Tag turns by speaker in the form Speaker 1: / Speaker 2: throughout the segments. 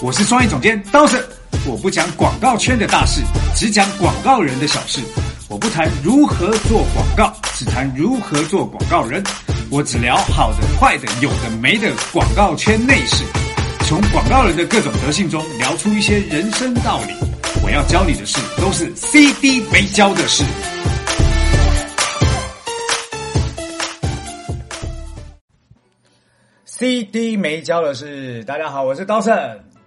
Speaker 1: 我是创意总监刀子。我不讲广告圈的大事，只讲广告人的小事。我不谈如何做广告，只谈如何做广告人。我只聊好的、坏的、有的、没的广告圈内事，从广告人的各种德性中聊出一些人生道理。我要教你的事，都是 CD 没教的事。CD 没教的事，大家好，我是刀圣。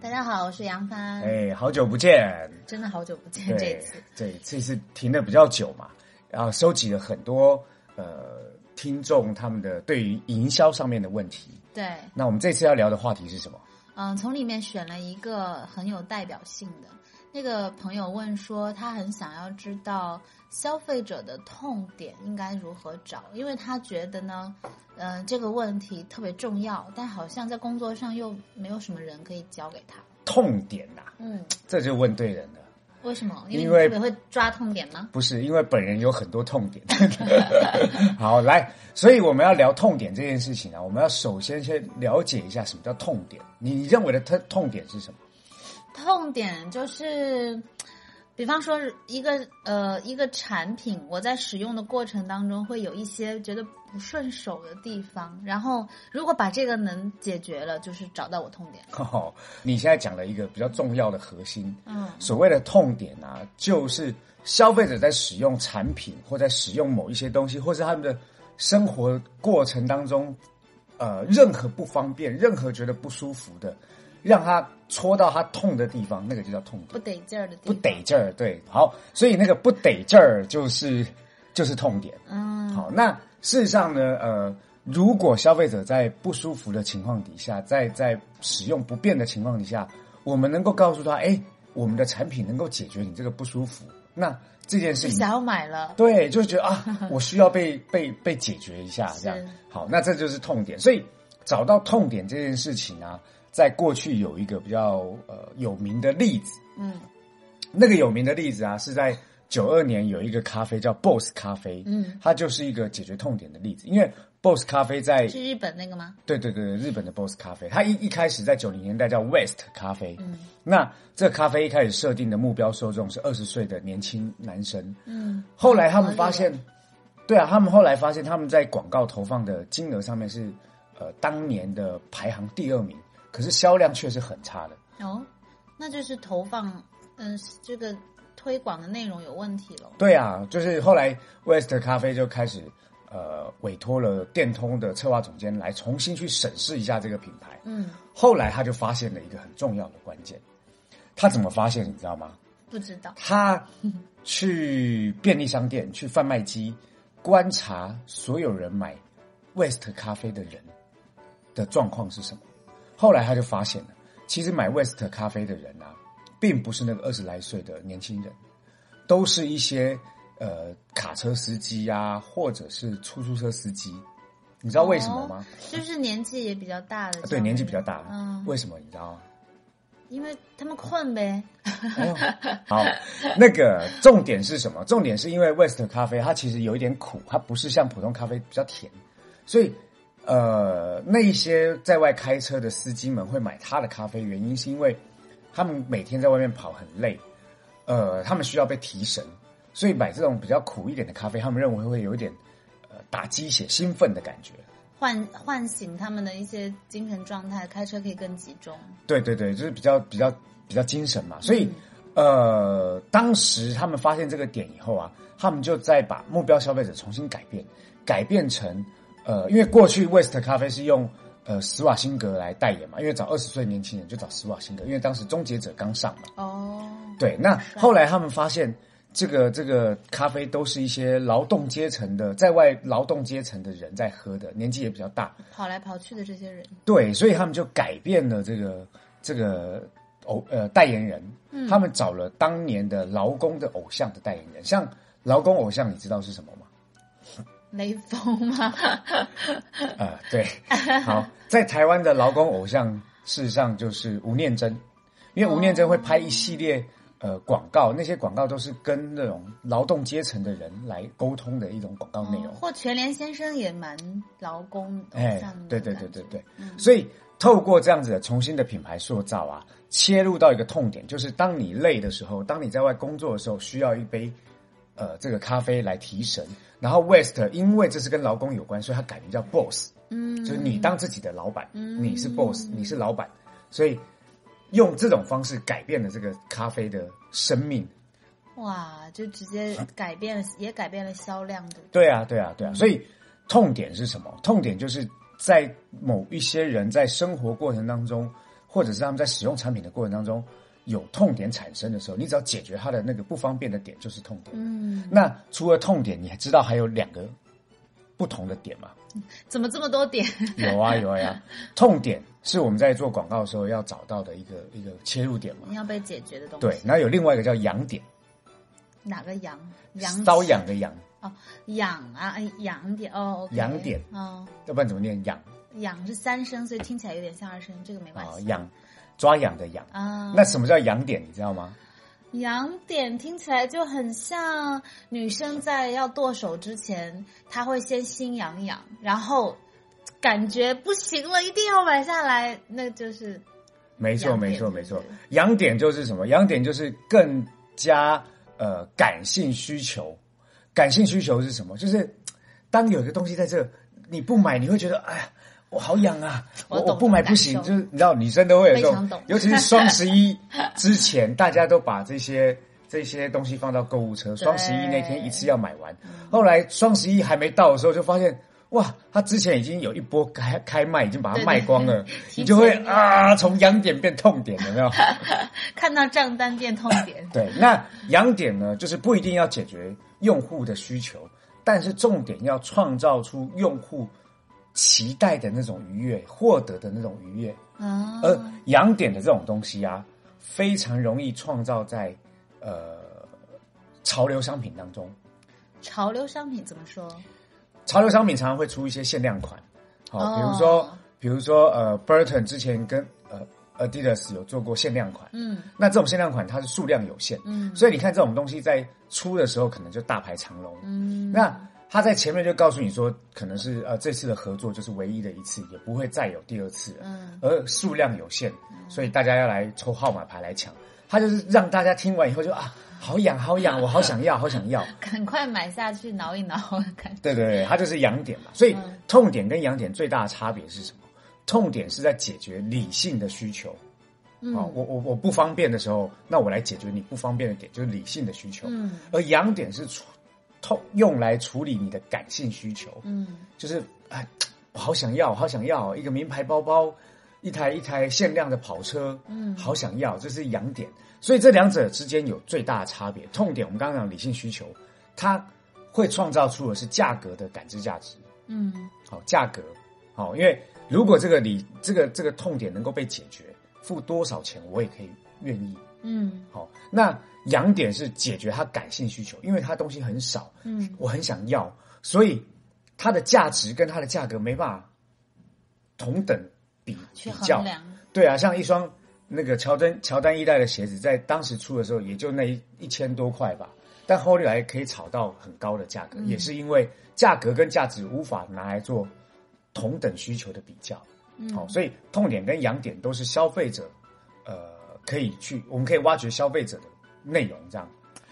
Speaker 2: 大家好，我是杨帆，
Speaker 1: 哎，好久不见！
Speaker 2: 真的好久不见，这
Speaker 1: 对
Speaker 2: 次
Speaker 1: 对，这次停的比较久嘛，然后收集了很多呃听众他们的对于营销上面的问题。
Speaker 2: 对，
Speaker 1: 那我们这次要聊的话题是什么？
Speaker 2: 嗯、从里面选了一个很有代表性的。那个朋友问说，他很想要知道消费者的痛点应该如何找，因为他觉得呢，呃，这个问题特别重要，但好像在工作上又没有什么人可以教给他。
Speaker 1: 痛点呐、
Speaker 2: 嗯，
Speaker 1: 这就问对人了。
Speaker 2: 为什么？因为你
Speaker 1: 因为
Speaker 2: 特别会抓痛点吗？
Speaker 1: 不是因为本人有很多痛点。 好，来，所以我们要聊痛点这件事情啊，我们要首先先了解一下什么叫痛点。你认为的痛痛点是什么？
Speaker 2: 痛点就是，比方说一个呃一个产品，我在使用的过程当中会有一些觉得不顺手的地方，然后如果把这个能解决了，就是找到我痛点。
Speaker 1: 哦，你现在讲了一个比较重要的核心，
Speaker 2: 嗯
Speaker 1: 所谓的痛点啊，就是消费者在使用产品或在使用某一些东西，或是他们的生活过程当中，呃，任何不方便、任何觉得不舒服的，让他戳到他痛的地方，那个就叫痛
Speaker 2: 不
Speaker 1: 点，
Speaker 2: 得劲儿的地
Speaker 1: 不
Speaker 2: 方。
Speaker 1: 得劲儿。对，好，所以那个不得劲儿就是就是痛点。
Speaker 2: 嗯，
Speaker 1: 好，那事实上呢，呃，如果消费者在不舒服的情况底下，在在使用不便的情况底下，我们能够告诉他，哎，我们的产品能够解决你这个不舒服，那这件事
Speaker 2: 就
Speaker 1: 情
Speaker 2: 想。要买了。
Speaker 1: 对，就觉得啊，我需要被被被解决一下，这样
Speaker 2: 是
Speaker 1: 好，那这就是痛点。所以找到痛点这件事情啊，在过去有一个比较呃有名的例子，
Speaker 2: 嗯
Speaker 1: 那个有名的例子啊，是在九二年有一个咖啡叫 Boss 咖啡，
Speaker 2: 嗯，
Speaker 1: 它就是一个解决痛点的例子。因为 Boss 咖啡在
Speaker 2: 是日本那个吗？
Speaker 1: 对对对日本的 Boss 咖啡，它一一开始在九零年代叫 West 咖啡，
Speaker 2: 嗯
Speaker 1: 那这咖啡一开始设定的目标受众是二十岁的年轻男生，
Speaker 2: 嗯，哦
Speaker 1: 后来他们发现，对啊，他们后来发现他们在广告投放的金额上面是呃当年的排行第二名，可是销量却是很差的。
Speaker 2: 哦，那就是投放嗯这个推广的内容有问题了。
Speaker 1: 对啊，就是后来 West 咖啡就开始呃委托了电通的策划总监来重新去审视一下这个品牌。
Speaker 2: 嗯，
Speaker 1: 后来他就发现了一个很重要的关键，他怎么发现你知道吗？
Speaker 2: 不知道。
Speaker 1: 他去便利商店、去贩卖机观察所有人买 West 咖啡的人的状况是什么。后来他就发现了，其实买 West 咖啡的人啊，并不是那个二十来岁的年轻人，都是一些呃卡车司机啊，或者是出租车司机。你知道为什么吗？啊
Speaker 2: 哦？就是年纪也比较大的，
Speaker 1: 对，年纪比较大，
Speaker 2: 哦嗯，
Speaker 1: 为什么你知道吗？
Speaker 2: 因为他们困呗，
Speaker 1: 哎呦，好，那个重点是什么？重点是因为 West 咖啡它其实有一点苦，它不是像普通咖啡比较甜，所以呃，那一些在外开车的司机们会买它的咖啡，原因是因为他们每天在外面跑很累，呃，他们需要被提神，所以买这种比较苦一点的咖啡，他们认为会有一点呃打鸡血、兴奋的感觉。
Speaker 2: 唤唤醒他们的一些精神状态，开车可以更集中。
Speaker 1: 对对对，就是比较比较比较精神嘛。所以、呃，当时他们发现这个点以后啊，他们就在把目标消费者重新改变，改变成呃，因为过去 West 咖啡是用呃施瓦辛格来代言嘛，因为找二十岁年轻人就找施瓦辛格，因为当时终结者刚上嘛。
Speaker 2: 哦，
Speaker 1: 对，那后来他们发现，这个这个咖啡都是一些劳动阶层的，在外劳动阶层的人在喝的，年纪也比较大，
Speaker 2: 跑来跑去的这些人，
Speaker 1: 对，所以他们就改变了这个这个偶呃代言人，他们找了当年的劳工的偶像的代言人，像劳工偶像，你知道是什么吗？
Speaker 2: 雷锋吗？
Speaker 1: 呃，对，好，在台湾的劳工偶像事实上就是吴念真，因为吴念真会拍一系列呃广告，那些广告都是跟那种劳动阶层的人来沟通的一种广告内容。
Speaker 2: 或全联先生也蛮劳工偶
Speaker 1: 哎
Speaker 2: 像，的感
Speaker 1: 对
Speaker 2: 觉，嗯
Speaker 1: 对对对对，所以透过这样子的重新的品牌塑造啊，切入到一个痛点，就是当你累的时候，当你在外工作的时候，需要一杯呃这个咖啡来提神。然后 West 因为这是跟劳工有关，所以它改名叫 Boss，
Speaker 2: 嗯，
Speaker 1: 就是你当自己的老板，
Speaker 2: 嗯
Speaker 1: 你是 Boss，你是老板，所以用这种方式改变了这个咖啡的生命。
Speaker 2: 哇，就直接改变了，也改变了销量的。
Speaker 1: 对啊，对啊，对啊。
Speaker 2: 嗯
Speaker 1: 所以痛点是什么？痛点就是在某一些人在生活过程当中，或者是他们在使用产品的过程当中，有痛点产生的时候，你只要解决他的那个不方便的点，就是痛点。
Speaker 2: 嗯，
Speaker 1: 那除了痛点，你还知道还有两个不同的 点吗？
Speaker 2: 怎么这么多点？
Speaker 1: 有啊，有啊，有啊。痛点是我们在做广告的时候要找到的一个一个切入点嘛。
Speaker 2: 要被解决的东西。
Speaker 1: 对，然后有另外一个叫痒点，
Speaker 2: 哪个痒？痒
Speaker 1: 瘙痒的痒，
Speaker 2: 痒啊，哎痒点哦，
Speaker 1: 痒点。
Speaker 2: 哦，
Speaker 1: 要不然怎么念痒
Speaker 2: 痒是三声，所以听起来有点像二声，这个没关
Speaker 1: 啊？
Speaker 2: 系。
Speaker 1: 痒，抓痒的痒。
Speaker 2: 啊，
Speaker 1: 那什么叫痒点？你知道吗？
Speaker 2: 痒点听起来就很像女生在要剁手之前，她会先心痒痒，然后感觉不行了，一定要买下来，那就是
Speaker 1: 没错，
Speaker 2: 痒点
Speaker 1: 没错，
Speaker 2: 是不
Speaker 1: 没错
Speaker 2: 是。
Speaker 1: 痒点就是什么？痒点就是更加呃感性需求。感性需求是什么？就是当有一个东西在这，你不买，你会觉得哎呀，我好痒啊！
Speaker 2: 我
Speaker 1: 我
Speaker 2: 懂
Speaker 1: 不买
Speaker 2: 这种
Speaker 1: 不行，
Speaker 2: 感受
Speaker 1: 就是你知道，女生都会有这
Speaker 2: 非常
Speaker 1: 种
Speaker 2: 懂，
Speaker 1: 尤其是双十一之前，大家都把这些 这些东西放到购物车。双十一那天一次要买完，后来双十一还没到的时候，就发现哇，他之前已经有一波开开卖，已经把它
Speaker 2: 对对
Speaker 1: 卖光 了，
Speaker 2: 提
Speaker 1: 你就会
Speaker 2: 前卖
Speaker 1: 啊，从痒点变痛点，有没 有？。
Speaker 2: 看到账单变痛点
Speaker 1: 对，那痒点呢，就是不一定要解决用户的需求，但是重点要创造出用户期待的那种愉悦，获得的那种愉悦。
Speaker 2: 啊，
Speaker 1: 而痒点的这种东西啊，非常容易创造在呃潮流商品当中。
Speaker 2: 潮流商品怎么说？
Speaker 1: 潮流商品常常会出一些限量款，好、
Speaker 2: 哦
Speaker 1: 比如说，比如说呃，Burton 之前跟呃 Adidas 有做过限量款，
Speaker 2: 嗯
Speaker 1: 那这种限量款它是数量有限，
Speaker 2: 嗯
Speaker 1: 所以你看这种东西在出的时候可能就大排长龙，
Speaker 2: 嗯，
Speaker 1: 那他在前面就告诉你说，可能是呃这次的合作就是唯一的一次，也不会再有第二次了。
Speaker 2: 嗯
Speaker 1: 而数量有限，所以大家要来抽号码牌来抢。他就是让大家听完以后就啊，好痒好痒，我好想要好想要。
Speaker 2: 赶快买下去挠一挠，看
Speaker 1: 对对对，它就是痒点嘛。所以
Speaker 2: 嗯
Speaker 1: 痛点跟痒点最大的差别是什么？痛点是在解决理性的需求
Speaker 2: 嗯
Speaker 1: 啊、我我我不方便的时候，那我来解决你不方便的点，就是理性的需求。
Speaker 2: 嗯
Speaker 1: 而痒点是处痛用来处理你的感性需求。
Speaker 2: 嗯
Speaker 1: 就是哎，我好想要，我好想要一个名牌包包，一台一台限量的跑车，
Speaker 2: 嗯
Speaker 1: 好想要，这是痒点。所以这两者之间有最大的差别。痛点我们刚刚讲理性需求，它会创造出的是价格的感知价值，
Speaker 2: 嗯
Speaker 1: 好、价格，好、因为如果这个理这个这个痛点能够被解决，付多少钱我也可以愿意。
Speaker 2: 嗯
Speaker 1: 好、那痒点是解决它感性需求，因为它东西很少，
Speaker 2: 嗯，
Speaker 1: 我很想要，所以它的价值跟它的价格没办法同等比
Speaker 2: 去
Speaker 1: 比
Speaker 2: 衡
Speaker 1: 较。
Speaker 2: 量，
Speaker 1: 对啊，像一双那个乔丹乔丹一代的鞋子，在当时出的时候也就那一一千多块吧，但后来可以炒到很高的价格，
Speaker 2: 嗯
Speaker 1: 也是因为价格跟价值无法拿来做同等需求的比较。
Speaker 2: 嗯
Speaker 1: 好、所以痛点跟痒点都是消费者，呃，可以去我们可以挖掘消费者的内容这样。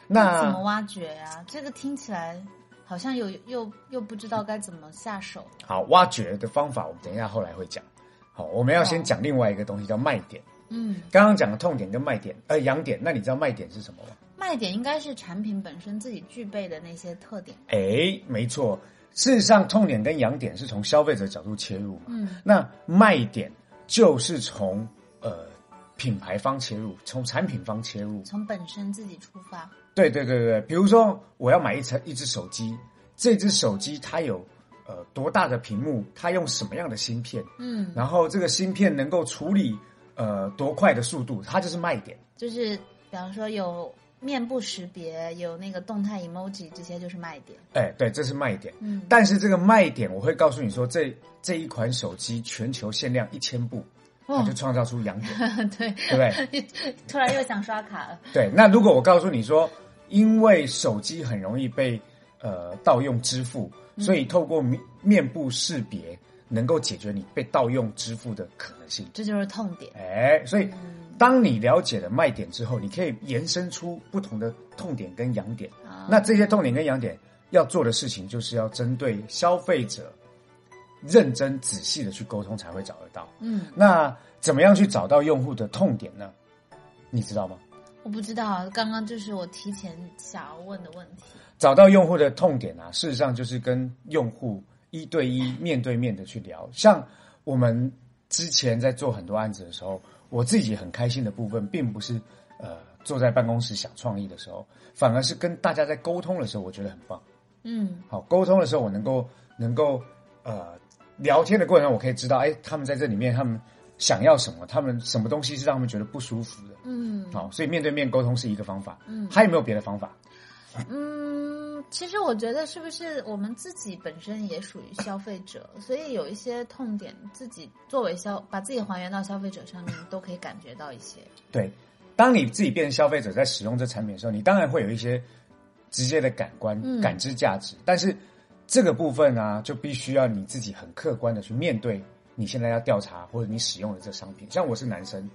Speaker 1: 那
Speaker 2: 怎么挖掘呀、这个听起来好像有又又不知道该怎么下手。
Speaker 1: 好，挖掘的方法我们等一下后来会讲。好，我们要先讲另外一个东西叫卖点。
Speaker 2: 嗯，
Speaker 1: 刚刚讲的痛点跟卖点，呃，痒点，那你知道卖点是什么吗？
Speaker 2: 卖点应该是产品本身自己具备的那些特点。
Speaker 1: 哎，没错，事实上痛点跟痒点是从消费者角度切入嘛。
Speaker 2: 嗯
Speaker 1: 那卖点就是从呃品牌方切入，从产品方切入。
Speaker 2: 从本身自己出发。
Speaker 1: 对对对对对，比如说我要买一台一只手机，这只手机它有呃多大的屏幕，它用什么样的芯片，
Speaker 2: 嗯，
Speaker 1: 然后这个芯片能够处理呃多快的速度，它就是卖点。
Speaker 2: 就是比方说有面部识别，有那个动态 emoji，这些就是卖点。
Speaker 1: 哎，对，这是卖点。
Speaker 2: 嗯，
Speaker 1: 但是这个卖点，我会告诉你说，这这一款手机全球限量一千部，它
Speaker 2: 哦
Speaker 1: 就创造出阳点，
Speaker 2: 对，
Speaker 1: 对不 对？
Speaker 2: 突然又想刷卡了。
Speaker 1: 对。那如果我告诉你说，因为手机
Speaker 2: 嗯
Speaker 1: 很容易被呃盗用支付，所以透过面面部识别，能够解决你被盗用支付的可能性。
Speaker 2: 这就是痛点。
Speaker 1: 哎，所以
Speaker 2: 嗯
Speaker 1: 当你了解了卖点之后，你可以延伸出不同的痛点跟痒点。
Speaker 2: 啊
Speaker 1: 那这些痛点跟痒点要做的事情，就是要针对消费者认真仔细的去沟通，才会找得到。
Speaker 2: 嗯，
Speaker 1: 那怎么样去找到用户的痛点呢？你知道吗？
Speaker 2: 我不知道，刚刚这是我提前想要问的问题。
Speaker 1: 找到用户的痛点啊，事实上就是跟用户一对一、面对面的去聊。像我们之前在做很多案子的时候，我自己很开心的部分，并不是呃坐在办公室想创意的时候，反而是跟大家在沟通的时候，我觉得很棒。
Speaker 2: 嗯
Speaker 1: 好，沟通的时候我能够能够呃聊天的过程中，我可以知道，哎，他们在这里面他们想要什么，他们什么东西是让他们觉得不舒服的。
Speaker 2: 嗯
Speaker 1: 好，所以面对面沟通是一个方法。
Speaker 2: 嗯
Speaker 1: 还有没有别的方法？
Speaker 2: 嗯，其实我觉得是不是我们自己本身也属于消费者，所以有一些痛点，自己作为消把自己还原到消费者上面，都可以感觉到一些。
Speaker 1: 对，当你自己变成消费者，在使用这产品的时候，你当然会有一些直接的感官、
Speaker 2: 嗯
Speaker 1: 感知价值，但是这个部分啊，就必须要你自己很客观的去面对你现在要调查或者你使用的这商品。像我是男生，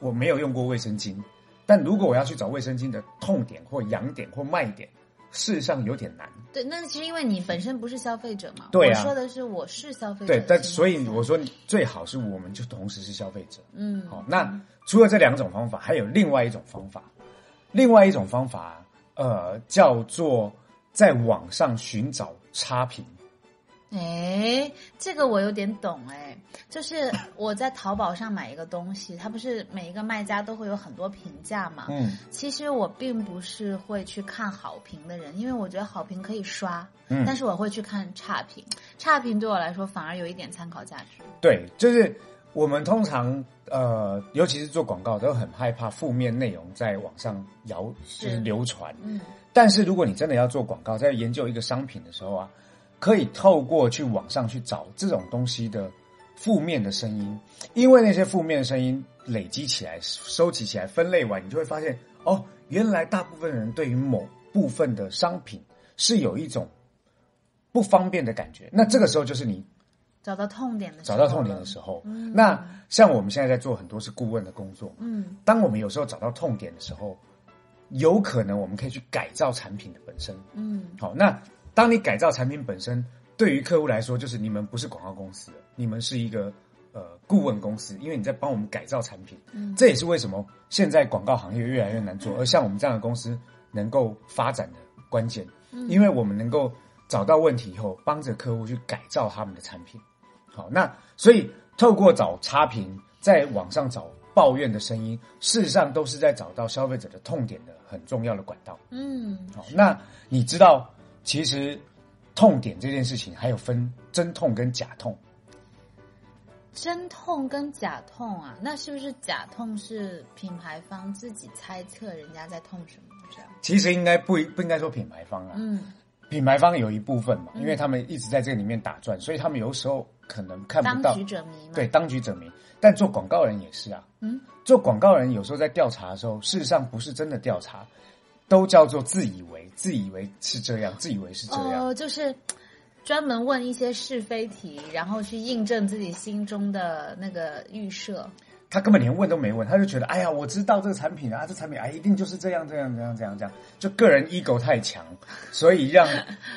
Speaker 1: 我没有用过卫生巾，但如果我要去找卫生巾的痛点或痒点或卖点，事实上有点难。
Speaker 2: 对，那是因为你本身不是消费者嘛？
Speaker 1: 对啊
Speaker 2: 我说的是我是消费者的
Speaker 1: 对
Speaker 2: 情，况下。
Speaker 1: 但所以我说你最好是我们就同时是消费者。
Speaker 2: 嗯，
Speaker 1: 好，那除了这两种方法，还有另外一种方法，另外一种方法，呃，叫做在网上寻找差评。
Speaker 2: 哎，这个我有点懂哎，就是我在淘宝上买一个东西，它不是每一个卖家都会有很多评价嘛？
Speaker 1: 嗯
Speaker 2: 其实我并不是会去看好评的人，因为我觉得好评可以刷，
Speaker 1: 嗯
Speaker 2: 但是我会去看差评。差评对我来说反而有一点参考价值。
Speaker 1: 对，就是我们通常呃，尤其是做广告，都很害怕负面内容在网上谣就是
Speaker 2: 是
Speaker 1: 流传。
Speaker 2: 嗯
Speaker 1: 但是如果你真的要做广告，在研究一个商品的时候啊，可以透过去网上去找这种东西的负面的声音，因为那些负面的声音累积起来、收集起来、分类完，你就会发现哦，原来大部分人对于某部分的商品是有一种不方便的感觉。那这个时候就是你
Speaker 2: 找到痛点的时
Speaker 1: 找
Speaker 2: 候
Speaker 1: 到痛点的时
Speaker 2: 候，
Speaker 1: 候。那像我们现在在做很多是顾问的工作，
Speaker 2: 嗯
Speaker 1: 当我们有时候找到痛点的时候，有可能我们可以去改造产品的本身。
Speaker 2: 嗯
Speaker 1: 好，那当你改造产品本身，对于客户来说，就是你们不是广告公司，你们是一个呃顾问公司，因为你在帮我们改造产品。
Speaker 2: 嗯
Speaker 1: 这也是为什么现在广告行业越来越难做，而像我们这样的公司能够发展的关键，
Speaker 2: 嗯
Speaker 1: 因为我们能够找到问题以后，帮着客户去改造他们的产品。好，那所以透过找差评，在网上找抱怨的声音，事实上都是在找到消费者的痛点的很重要的管道。
Speaker 2: 嗯
Speaker 1: 好，那你知道，其实痛点这件事情还有分真痛跟假痛。
Speaker 2: 真痛跟假痛啊，那是不是假痛是品牌方自己猜测人家在痛什么这样？
Speaker 1: 其实应该不不应该说品牌方啊，
Speaker 2: 嗯，
Speaker 1: 品牌方有一部分嘛，
Speaker 2: 嗯
Speaker 1: 因为他们一直在这里面打转，所以他们有时候可能看
Speaker 2: 当
Speaker 1: 不到
Speaker 2: 局。者迷嘛。
Speaker 1: 对，，当局者迷。但做广告人也是啊，
Speaker 2: 嗯，
Speaker 1: 做广告人有时候在调查的时候，事实上不是真的调查，都叫做自以为，自以为是这样，自以为是这样。
Speaker 2: 哦，就是专门问一些是非题，然后去印证自己心中的那个预设。
Speaker 1: 他根本连问都没问，他就觉得，哎呀，我知道这个产品啊，这产品啊，一定就是这样这样这样这样这样，就个人 ego 太强，所以让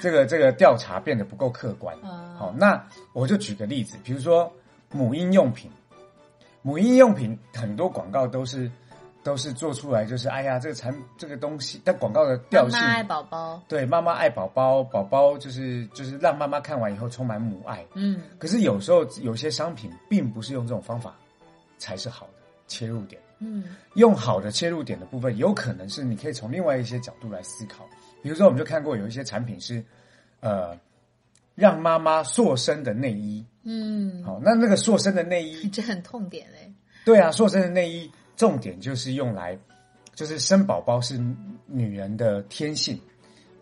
Speaker 1: 这个这个调查变得不够客观。
Speaker 2: 嗯
Speaker 1: 好，那我就举个例子，比如说母婴用品，母婴用品很多广告都是都是做出来就是，哎呀，这个产这个东西，但广告的调
Speaker 2: 妈
Speaker 1: 性
Speaker 2: 妈爱宝宝，
Speaker 1: 对妈妈爱宝宝，宝宝就是就是让妈妈看完以后充满母爱，
Speaker 2: 嗯
Speaker 1: 可是有时候有些商品并不是用这种方法才是好的切入点。
Speaker 2: 嗯
Speaker 1: 用好的切入点的部分，有可能是你可以从另外一些角度来思考。比如说，我们就看过有一些产品是，呃，让妈妈塑身的内衣。
Speaker 2: 嗯，
Speaker 1: 好、那那个塑身的内衣，
Speaker 2: 这很痛点哎、
Speaker 1: 对啊，塑身的内衣重点就是用来，就是生宝宝是女人的天性，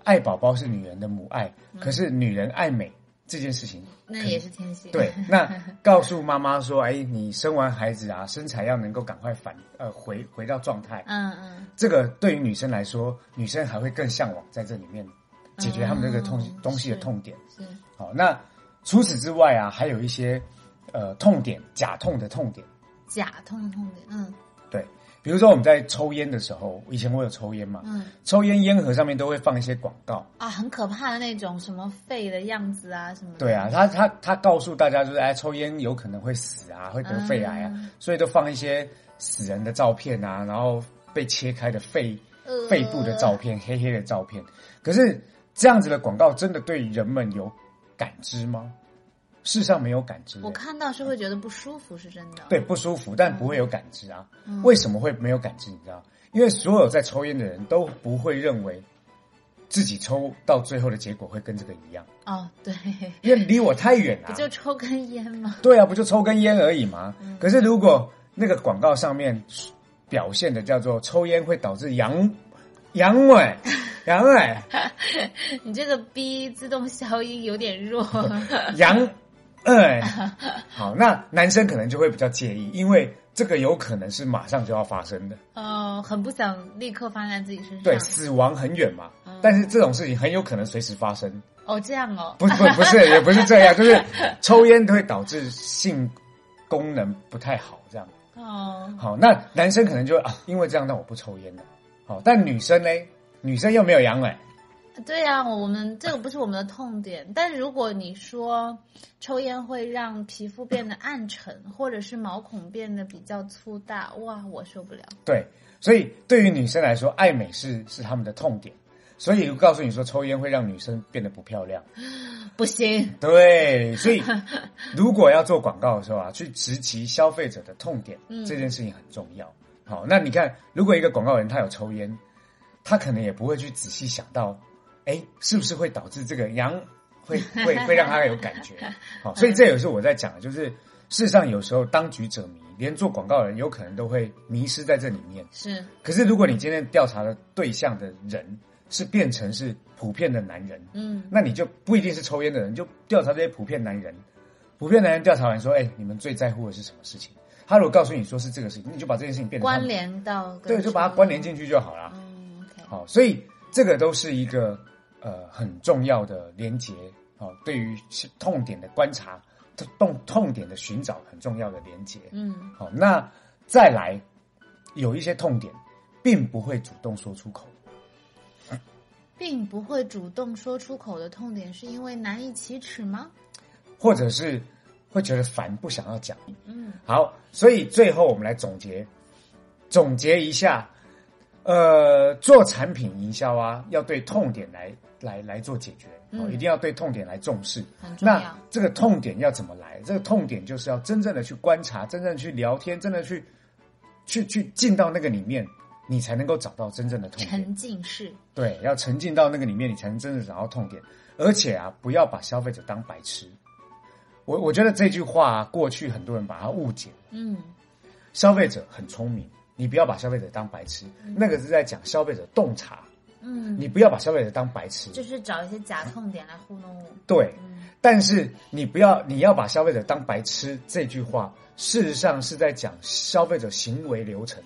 Speaker 1: 爱宝宝是女人的母爱。可是女人爱美这件事情
Speaker 2: 那也是天性。
Speaker 1: 对，那告诉妈妈说，哎，你生完孩子啊，身材要能够赶快反呃回回到状态。
Speaker 2: 嗯嗯，
Speaker 1: 这个对于女生来说，女生还会更向往在这里面解决他们这个痛、
Speaker 2: 嗯
Speaker 1: 东西的
Speaker 2: 是
Speaker 1: 痛点。
Speaker 2: 是
Speaker 1: 好，那除此之外啊，还有一些呃痛点，假痛的痛点。
Speaker 2: 假痛痛点，嗯
Speaker 1: 对，比如说我们在抽烟的时候，以前我有抽烟嘛，
Speaker 2: 嗯
Speaker 1: 抽烟烟盒上面都会放一些广告。
Speaker 2: 啊，很可怕的那种什么肺的样子啊什么的。
Speaker 1: 对啊，他他他告诉大家就是，哎，抽烟有可能会死啊，会得肺癌啊，
Speaker 2: 嗯
Speaker 1: 所以都放一些死人的照片啊，然后被切开的肺
Speaker 2: 呃，
Speaker 1: 肺部的照片，黑黑的照片。可是这样子的广告真的对人们有感知吗？世上没有感知、
Speaker 2: 我看到是会觉得不舒服，是真的。
Speaker 1: 对，不舒服，但不会有感知啊。
Speaker 2: 嗯
Speaker 1: 为什么会没有感知？你知道？因为所有在抽烟的人都不会认为自己抽到最后的结果会跟这个一样，
Speaker 2: 哦，对，
Speaker 1: 因为离我太远了、啊
Speaker 2: 不就抽根烟吗？
Speaker 1: 对啊，不就抽根烟而已嘛。
Speaker 2: 嗯
Speaker 1: 可是如果那个广告上面表现的叫做抽烟会导致阳阳 痿、阳痿、
Speaker 2: 你这个 B 自动消音有点 弱。
Speaker 1: 阳痿，好，那男生可能就会比较介意，因为这个有可能是马上就要发生的，
Speaker 2: 呃，很不想立刻发生在自己身上。
Speaker 1: 对，死亡很远嘛
Speaker 2: 嗯。
Speaker 1: 但是这种事情很有可能随时发生，
Speaker 2: 哦，这样哦，
Speaker 1: 不不不是，也不是这样，就是抽烟会导致性功能不太好这样。
Speaker 2: 哦，
Speaker 1: 好，那男生可能就啊，因为这样，那我不抽烟了。好，但女生呢？女生又没有阳痿，
Speaker 2: 对呀、我我们这个不是我们的痛点，但如果你说抽烟会让皮肤变得暗沉，或者是毛孔变得比较粗大，哇，我受不了。
Speaker 1: 对，所以对于女生来说，爱美是是他们的痛点。所以告诉你说，抽烟会让女生变得不漂亮。
Speaker 2: 不行，
Speaker 1: 对，所以如果要做广告的时候啊，去直击消费者的痛点，
Speaker 2: 嗯
Speaker 1: 这件事情很重要。好，那你看，如果一个广告人他有抽烟，他可能也不会去仔细想到，哎，是不是会导致这个阳会会会让他有感觉？好，所以这也是我在讲的，就是事实上有时候当局者迷，连做广告的人有可能都会迷失在这里面。
Speaker 2: 是
Speaker 1: 可是如果你今天调查的对象的人是变成是普遍的男人，
Speaker 2: 嗯，
Speaker 1: 那你就不一定是抽烟的人，你就调查这些普遍男人。普遍男人调查完说：“哎、你们最在乎的是什么事情？”他如果告诉你说是这个事情，你就把这件事情变成他
Speaker 2: 关
Speaker 1: 们，
Speaker 2: 联到跟
Speaker 1: 对，就把它
Speaker 2: 抽
Speaker 1: 关联。进去就好了。
Speaker 2: 嗯，OK，
Speaker 1: 好，所以这个都是一个呃很重要的连接。好、对于痛点的观察，痛痛点的寻找很重要的连接。
Speaker 2: 嗯，
Speaker 1: 好，那再来有一些痛点，并不会主动说出口。
Speaker 2: 并不会主动说出口的痛点，是因为难以启齿吗？
Speaker 1: 或者是会觉得烦，不想要讲。
Speaker 2: 嗯，
Speaker 1: 好，所以最后我们来总结，总结一下，呃，做产品营销啊，要对痛点来来来做解决，哦，
Speaker 2: 嗯
Speaker 1: 一定要对痛点来重视。
Speaker 2: 很重
Speaker 1: 那
Speaker 2: 要。
Speaker 1: 这个痛点要怎么来？这个痛点就是要真正的去观察，真正地去聊天，真的去去去进到那个里面，你才能够找到真正的痛点。
Speaker 2: 沉浸式，
Speaker 1: 对，要沉浸到那个里面，你才能真的找到痛点。而且啊，不要把消费者当白痴。我我觉得这句话啊、过去很多人把它误解，
Speaker 2: 嗯
Speaker 1: 消费者很聪明，你不要把消费者当白痴，那个是在讲消费者洞察，
Speaker 2: 嗯，
Speaker 1: 你不要把消费者当白痴。
Speaker 2: 就是找一些假痛点来糊弄我。
Speaker 1: 对，
Speaker 2: 嗯
Speaker 1: 但是你不要你要把消费者当白痴这句话，事实上是在讲消费者行为流程、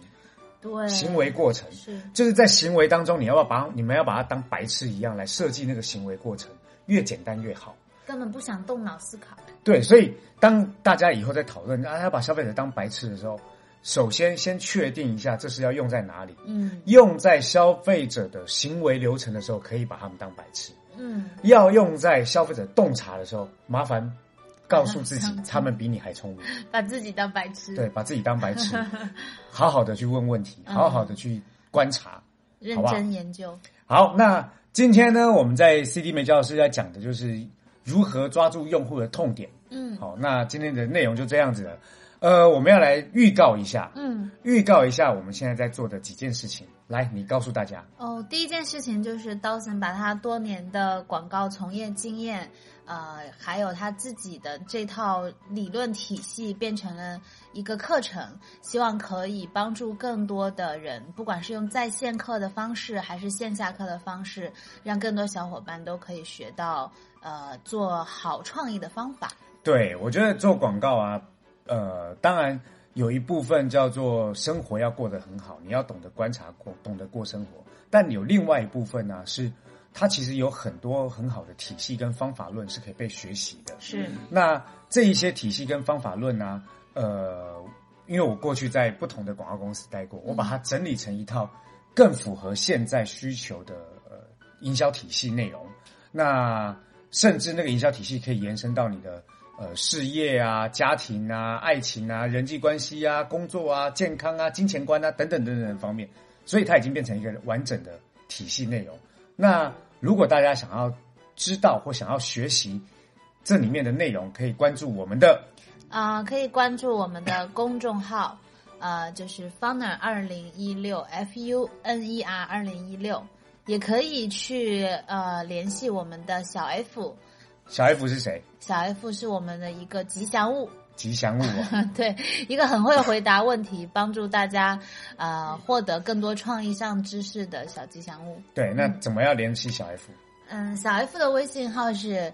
Speaker 2: 对，
Speaker 1: 行为过程。
Speaker 2: 是
Speaker 1: 就是在行为当中，你要不要把你们要把它当白痴一样来设计那个行为过程，越简单越好。
Speaker 2: 根本不想动脑思考。
Speaker 1: 对，所以当大家以后在讨论啊，要把消费者当白痴的时候，首先先确定一下这是要用在哪里。
Speaker 2: 嗯
Speaker 1: 用在消费者的行为流程的时候，可以把他们当白痴；
Speaker 2: 嗯，
Speaker 1: 要用在消费者洞察的时候，麻烦告诉自己，他们比你还聪明。
Speaker 2: 把自己当白痴，
Speaker 1: 对，把自己当白痴，好好的去问问题，好好的去观察。好
Speaker 2: 认
Speaker 1: 吧
Speaker 2: 真研究。
Speaker 1: 好，那今天呢，我们在 CD 美教室要讲的就是如何抓住用户的痛点。
Speaker 2: 嗯
Speaker 1: 好，那今天的内容就这样子了。呃，我们要来预告一下，
Speaker 2: 嗯
Speaker 1: 预告一下我们现在在做的几件事情。来，你告诉大家。
Speaker 2: 哦，第一件事情就是 Dawson 把他多年的广告从业经验，呃，还有他自己的这套理论体系变成了一个课程，希望可以帮助更多的人，不管是用在线课的方式，还是线下课的方式，让更多小伙伴都可以学到呃做好创意的方法。
Speaker 1: 对，我觉得做广告啊，呃，当然有一部分叫做生活要过得很好，你要懂得观察过，懂得过生活。但有另外一部分呢、是它其实有很多很好的体系跟方法论是可以被学习的。
Speaker 2: 是，
Speaker 1: 那这一些体系跟方法论呢、呃，因为我过去在不同的广告公司待过，我把它整理成一套更符合现在需求的呃营销体系内容。那甚至那个营销体系可以延伸到你的呃事业啊、家庭啊、爱情啊、人际关系啊、工作啊、健康啊、金钱观啊等等等等方面，所以它已经变成一个完整的体系内容。那如果大家想要知道或想要学习这里面的内容，可以关注我们的
Speaker 2: 啊、可以关注我们的公众号，呃，就是 Funer 二零一六 F U N E R 二零一六，也可以去呃联系我们的小 F，
Speaker 1: 小 F 是谁？
Speaker 2: 小 F 是我们的一个吉祥物，
Speaker 1: 吉祥物哦，
Speaker 2: 对，一个很会回答问题，帮助大家呃获得更多创意上知识的小吉祥物。
Speaker 1: 对，那怎么样联系小 F？
Speaker 2: 嗯，小 F 的微信号是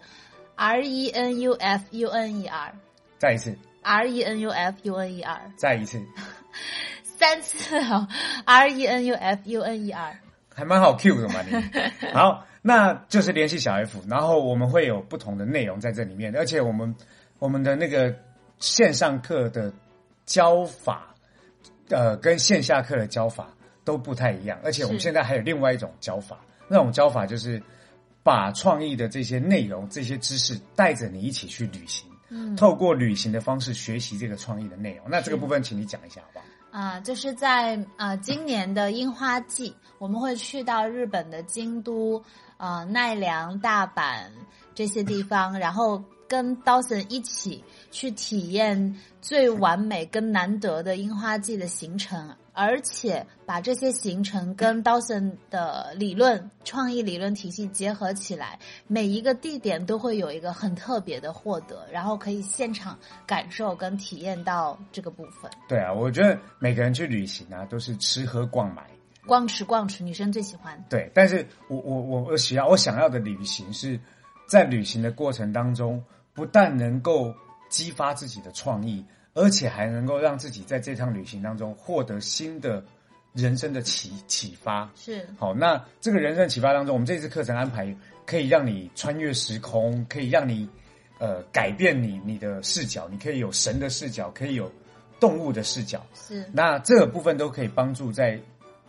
Speaker 2: R E N U F U N E R
Speaker 1: 再一次，
Speaker 2: R E N U F U N E R
Speaker 1: 再一次，
Speaker 2: 三次哦，R E N U F U N E R。
Speaker 1: 还蛮好 Q 的嘛 你。好，那就是联系小 F，然后我们会有不同的内容在这里面，而且我们我们的那个线上课的教法，呃，跟线下课的教法都不太一样，而且我们
Speaker 2: 是
Speaker 1: 现在还有另外一种教法，那种教法就是把创意的这些内容、这些知识带着你一起去旅行。
Speaker 2: 嗯
Speaker 1: 透过旅行的方式学习这个创意的内容，那这个
Speaker 2: 是
Speaker 1: 部分请你讲一下好不好？
Speaker 2: 啊、就是在呃今年的樱花季，我们会去到日本的京都、呃奈良、大阪这些地方，然后跟 Dawson 一起去体验最完美跟难得的樱花季的行程，而且把这些行程跟 Dawson 的理论、创意理论体系结合起来，每一个地点都会有一个很特别的获得，然后可以现场感受跟体验到这个部分。
Speaker 1: 对啊，我觉得每个人去旅行啊，都是吃喝逛买，
Speaker 2: 逛吃逛吃，女生最喜欢。
Speaker 1: 对，但是我我我我想要我想要的旅行是在旅行的过程当中，不但能够激发自己的创意，而且还能够让自己在这趟旅行当中获得新的人生的启启发。
Speaker 2: 是
Speaker 1: 好，那这个人生启发当中，我们这次课程安排可以让你穿越时空，可以让你呃改变你你的视角，你可以有神的视角，可以有动物的视角，
Speaker 2: 是，
Speaker 1: 那这个部分都可以帮助在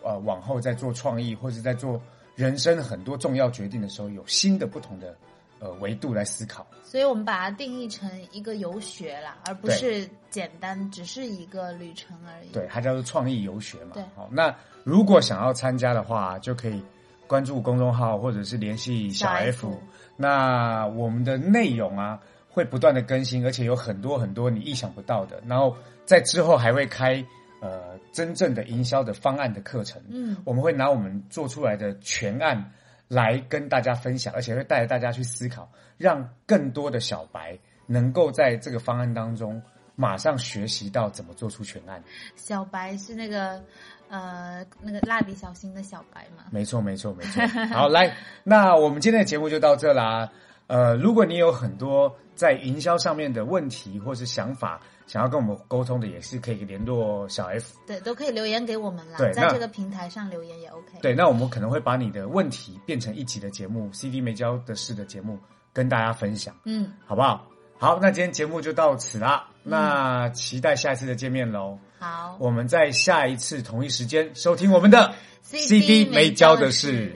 Speaker 1: 呃往后在做创意或者在做人生很多重要决定的时候，有新的不同的呃维度来思考。
Speaker 2: 所以我们把它定义成一个游学啦，而不是简单只是一个旅程而已。
Speaker 1: 对，它叫做创意游学嘛。
Speaker 2: 对
Speaker 1: 好，那如果想要参加的话，就可以关注公众号或者是联系小
Speaker 2: 小
Speaker 1: F。
Speaker 2: F
Speaker 1: 那我们的内容啊会不断的更新，而且有很多很多你意想不到的。然后在之后还会开呃真正的营销的方案的课程。
Speaker 2: 嗯，
Speaker 1: 我们会拿我们做出来的全案来跟大家分享，而且会带着大家去思考，让更多的小白能够在这个方案当中马上学习到怎么做出全案。
Speaker 2: 小白是那个呃那个蜡笔小新的小白嘛？
Speaker 1: 没错，没错，没错。好，来，那我们今天的节目就到这啦。呃，如果你有很多在营销上面的问题或是想法，想要跟我们沟通的，也是可以联络小 F。
Speaker 2: 对，都可以留言给我们啦
Speaker 1: 对，
Speaker 2: 在
Speaker 1: 那
Speaker 2: 这个平台上留言也 OK。
Speaker 1: 对，那我们可能会把你的问题变成一集的节目，CD 没教的事的节目跟大家分享。
Speaker 2: 嗯，
Speaker 1: 好不好？好，那今天节目就到此啦。那期待下一次的见面喽。
Speaker 2: 好
Speaker 1: 我们在下一次同一时间收听我们的 CD 没教的事。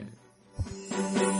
Speaker 2: 事。